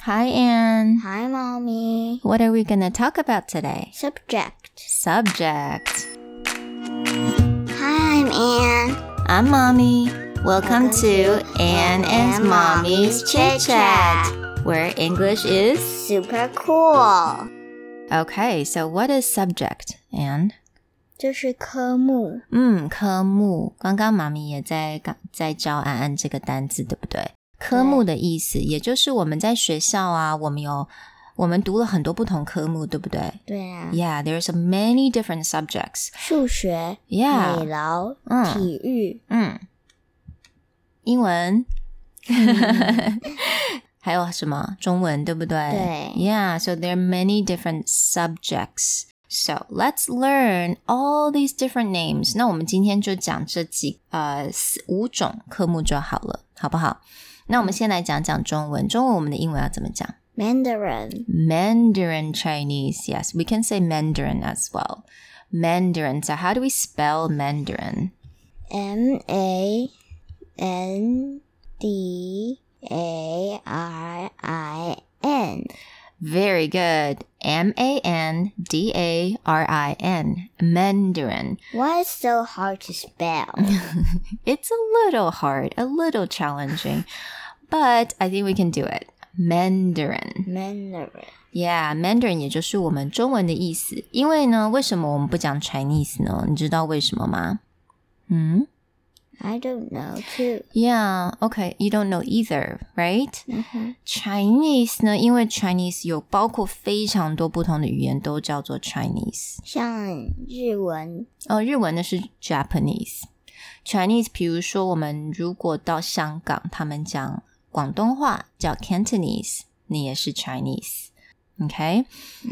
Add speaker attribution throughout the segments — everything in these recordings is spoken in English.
Speaker 1: Hi, Anne.
Speaker 2: Hi, mommy.
Speaker 1: What are we gonna talk about today?
Speaker 2: Subject.
Speaker 1: Subject.
Speaker 2: Hi, I'm Anne.
Speaker 1: I'm Mommy. Welcome to Anne and Mommy's Chit Chat, where English is.
Speaker 2: Super cool.
Speaker 1: Okay, so what is subject, Anne?
Speaker 2: 这是科目，
Speaker 1: 嗯，科目，刚刚妈咪也在刚在教安安这个单字，对不对？科目的意思，也就是我们在学校啊，我们有我们读了很多不同科目，对不对
Speaker 2: 对啊，
Speaker 1: ？Yeah, there's many different subjects.
Speaker 2: 数学、美
Speaker 1: Yeah，
Speaker 2: 劳、
Speaker 1: 嗯
Speaker 2: 体育，
Speaker 1: 嗯，英文， 还有什么中文，对不对？
Speaker 2: 对
Speaker 1: Yeah, so there are many different subjects. So let's learn all these different names. 那我们今天就讲这几呃四五种科目就好了，好不好？那我们先来讲讲中文。中文我们的英文要怎么讲
Speaker 2: Mandarin，
Speaker 1: ？Mandarin Chinese. Yes, we can say Mandarin as well. Mandarin. So how do we spell Mandarin?
Speaker 2: M A N D A R I N，
Speaker 1: Very good. M A N D A R I N. Mandarin.
Speaker 2: Why is so hard to spell?
Speaker 1: It's a little hard, a little challenging, but I think we can do it. Mandarin.
Speaker 2: Mandarin.
Speaker 1: Yeah, Mandarin 也就是我们中文的意思。因为呢，为什么我们不讲 Chinese 呢？你知道为什么吗？嗯
Speaker 2: I don't know too.
Speaker 1: ，Yeah, okay, you don't know either, right?
Speaker 2: Mm-hmm.
Speaker 1: Chinese 呢，因为 Chinese 有包括非常多不同的语言，都叫做 Chinese。
Speaker 2: 像日文，
Speaker 1: 哦，日文的是 Japanese。Chinese，比如说我们如果到香港，他们讲广东话叫 Cantonese，你也是 Chinese。OK，、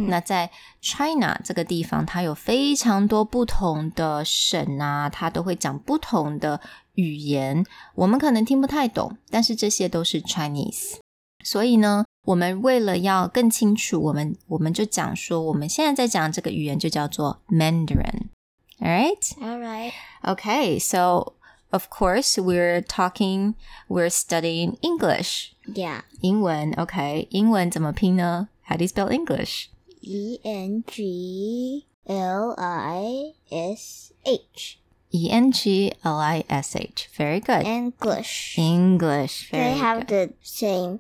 Speaker 1: 那在 China 这个地方，它有非常多不同的省啊，它都会讲不同的语言，我们可能听不太懂，但是这些都是 Chinese。所以呢，我们为了要更清楚，我们我们就讲说，我们现在在讲这个语言就叫做 Mandarin。All right.
Speaker 2: all right，
Speaker 1: Okay, so of course we're talking, we're studying English.
Speaker 2: yeah，
Speaker 1: 英文, okay. 英文怎么拼呢? How do you spell English?
Speaker 2: E N G L I S H
Speaker 1: E N G L I S H. Very good.
Speaker 2: English.
Speaker 1: English.
Speaker 2: They
Speaker 1: Very
Speaker 2: have
Speaker 1: good.
Speaker 2: the same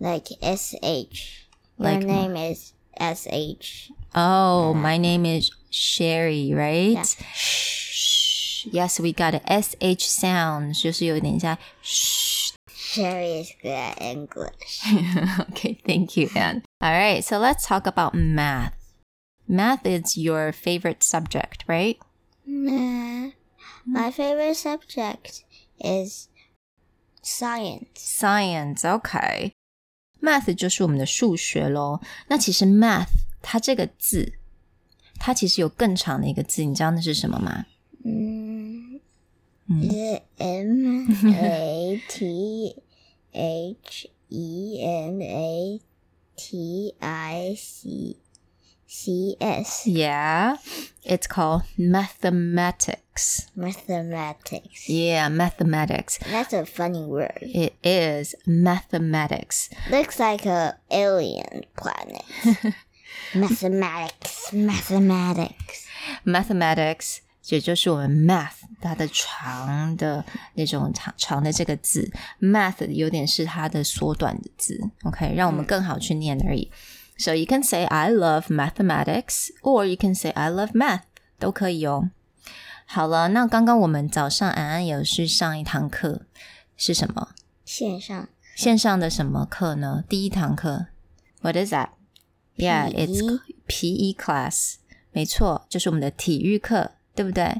Speaker 2: like S H. Your
Speaker 1: Like
Speaker 2: name is S H.
Speaker 1: Oh, my name is Sherry, right?
Speaker 2: Yeah.
Speaker 1: Shh. Yes, we got a S H sound. 就是有点像 shh.
Speaker 2: Sherry is good at English.
Speaker 1: okay, thank you, Anne. All right, so let's talk about math. Math is your favorite subject, right? Mm.
Speaker 2: Nah. My favorite subject is science.
Speaker 1: Science, OK. Math 就是我们的数学咯。那其实 math 它这个字，它其实有更长的一个字，你知道那是什么吗？
Speaker 2: Mm.
Speaker 1: Mm.
Speaker 2: Is it M A T H E N A T I C C S?
Speaker 1: Yeah, it's called mathematics.
Speaker 2: Mathematics.
Speaker 1: Yeah, mathematics.
Speaker 2: That's a funny word.
Speaker 1: It is mathematics.
Speaker 2: Looks like a alien planet. mathematics, mathematics.
Speaker 1: mathematics，也就是我们 math 它的长的那种长长的这个字，math 有点是它的缩短的字，OK，让我们更好去念而已。So you can say I love mathematics, or you can say I love math，都可以哦。好了，那刚刚我们早上安安有去上一堂课，是什么？
Speaker 2: 线上
Speaker 1: 线上的什么课呢？第一堂课，What E？ is that? Yeah, it's PE class。没错，就是我们的体育课，对不对？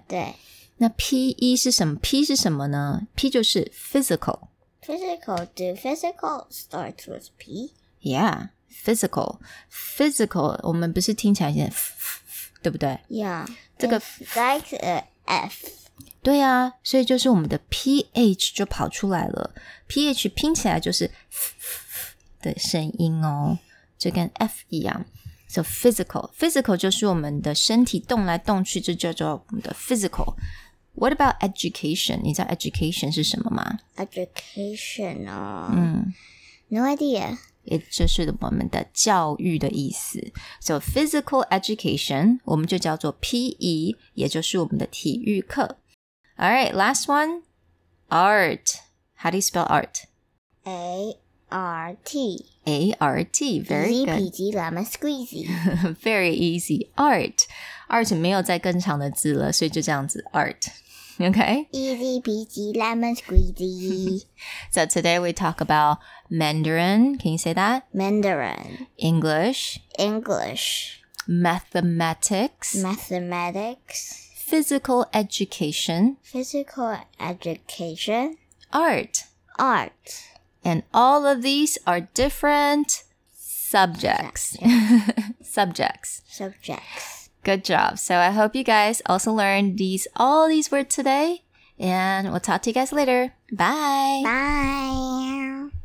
Speaker 1: 那 PE 是什么？P 是什么呢？P 就是 physical。
Speaker 2: Physical. Do physical starts with P?
Speaker 1: Yeah, physical, physical。我们不是听起来有点对不对？
Speaker 2: Yeah.
Speaker 1: 这个
Speaker 2: It's like a F.
Speaker 1: 对啊，所以就是我们的 pH 就跑出来了。pH 拼起来就是的声音哦，就跟 F 一样。So physical, physical 就是我们的身体动来动去，这叫做我们的 physical。What about education？你知道 education 是什么吗？
Speaker 2: Educational.
Speaker 1: 嗯
Speaker 2: No idea.
Speaker 1: 也就是我们的教育的意思。So physical education 我们就叫做 PE，也就是我们的体育课。All right, last one, art. How do you spell art?
Speaker 2: A R T.
Speaker 1: A R T. Very
Speaker 2: Easy
Speaker 1: good.
Speaker 2: peasy lemon squeezy.
Speaker 1: Very easy. Art. Art 没有再更长的字了，所以就这样子 art. Okay.
Speaker 2: Easy peasy lemon squeezy.
Speaker 1: So today we talk about Mandarin. Can you say that?
Speaker 2: Mandarin.
Speaker 1: English,
Speaker 2: English.
Speaker 1: mathematics,
Speaker 2: Mathematics.
Speaker 1: physical education,
Speaker 2: Physical education.
Speaker 1: art.
Speaker 2: Art.
Speaker 1: And all of these are different subjects. subjects.
Speaker 2: Subjects.
Speaker 1: Good job. So I hope you guys also learned these all these words today. And we'll talk to you guys later. Bye.
Speaker 2: Bye.